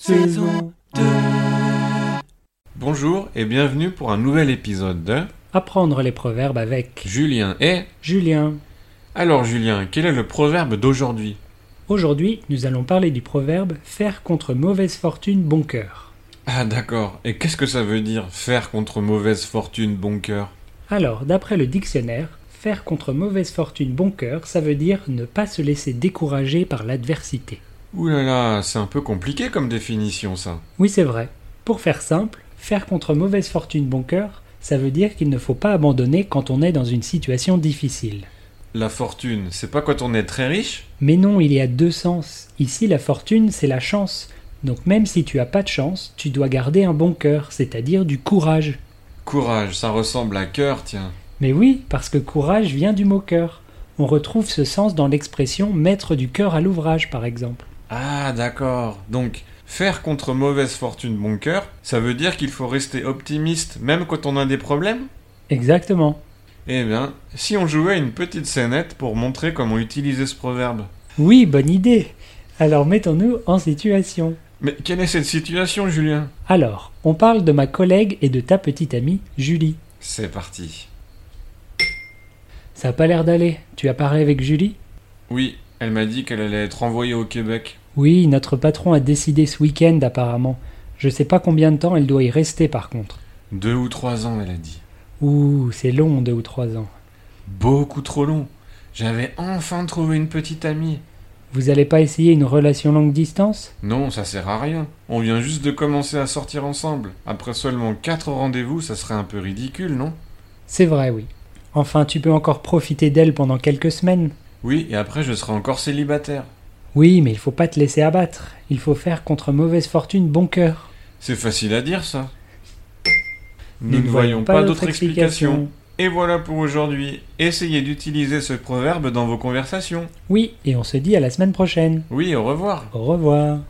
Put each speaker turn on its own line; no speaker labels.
saison 2.
Bonjour et bienvenue pour un nouvel épisode de
Apprendre les proverbes avec
Julien et...
Julien.
Alors Julien, quel est le proverbe d'aujourd'hui
Aujourd'hui, nous allons parler du proverbe faire contre mauvaise fortune bon cœur.
Ah d'accord, et qu'est-ce que ça veut dire faire contre mauvaise fortune bon cœur
Alors, d'après le dictionnaire, faire contre mauvaise fortune bon cœur, ça veut dire ne pas se laisser décourager par l'adversité.
Ouh là là, c'est un peu compliqué comme définition ça.
Oui, c'est vrai. Pour faire simple, faire contre mauvaise fortune bon cœur, ça veut dire qu'il ne faut pas abandonner quand on est dans une situation difficile.
La fortune, c'est pas quand on est très riche
Mais non, il y a deux sens. Ici, la fortune, c'est la chance. Donc même si tu as pas de chance, tu dois garder un bon cœur, c'est-à-dire du courage.
Courage, ça ressemble à cœur, tiens.
Mais oui, parce que courage vient du mot cœur. On retrouve ce sens dans l'expression mettre du cœur à l'ouvrage, par exemple.
Ah d'accord, donc faire contre mauvaise fortune bon cœur, ça veut dire qu'il faut rester optimiste même quand on a des problèmes
Exactement.
Eh bien, si on jouait une petite scénette pour montrer comment utiliser ce proverbe.
Oui, bonne idée. Alors mettons-nous en situation.
Mais quelle est cette situation, Julien
Alors, on parle de ma collègue et de ta petite amie, Julie.
C'est parti.
Ça a pas l'air d'aller. Tu as parlé avec Julie
Oui, elle m'a dit qu'elle allait être envoyée au Québec.
Oui, notre patron a décidé ce week-end apparemment. Je sais pas combien de temps elle doit y rester par contre.
Deux ou trois ans, elle a dit.
Ouh, c'est long, deux ou trois ans.
Beaucoup trop long. J'avais enfin trouvé une petite amie.
Vous allez pas essayer une relation longue distance
Non, ça sert à rien. On vient juste de commencer à sortir ensemble. Après seulement quatre rendez-vous, ça serait un peu ridicule, non
C'est vrai, oui. Enfin, tu peux encore profiter d'elle pendant quelques semaines.
Oui, et après je serai encore célibataire.
Oui, mais il faut pas te laisser abattre. Il faut faire contre mauvaise fortune bon cœur.
C'est facile à dire, ça. Nous, ne voyons pas d'autre explication. Et voilà pour aujourd'hui. Essayez d'utiliser ce proverbe dans vos conversations.
Oui, et on se dit à la semaine prochaine.
Oui, au revoir.
Au revoir.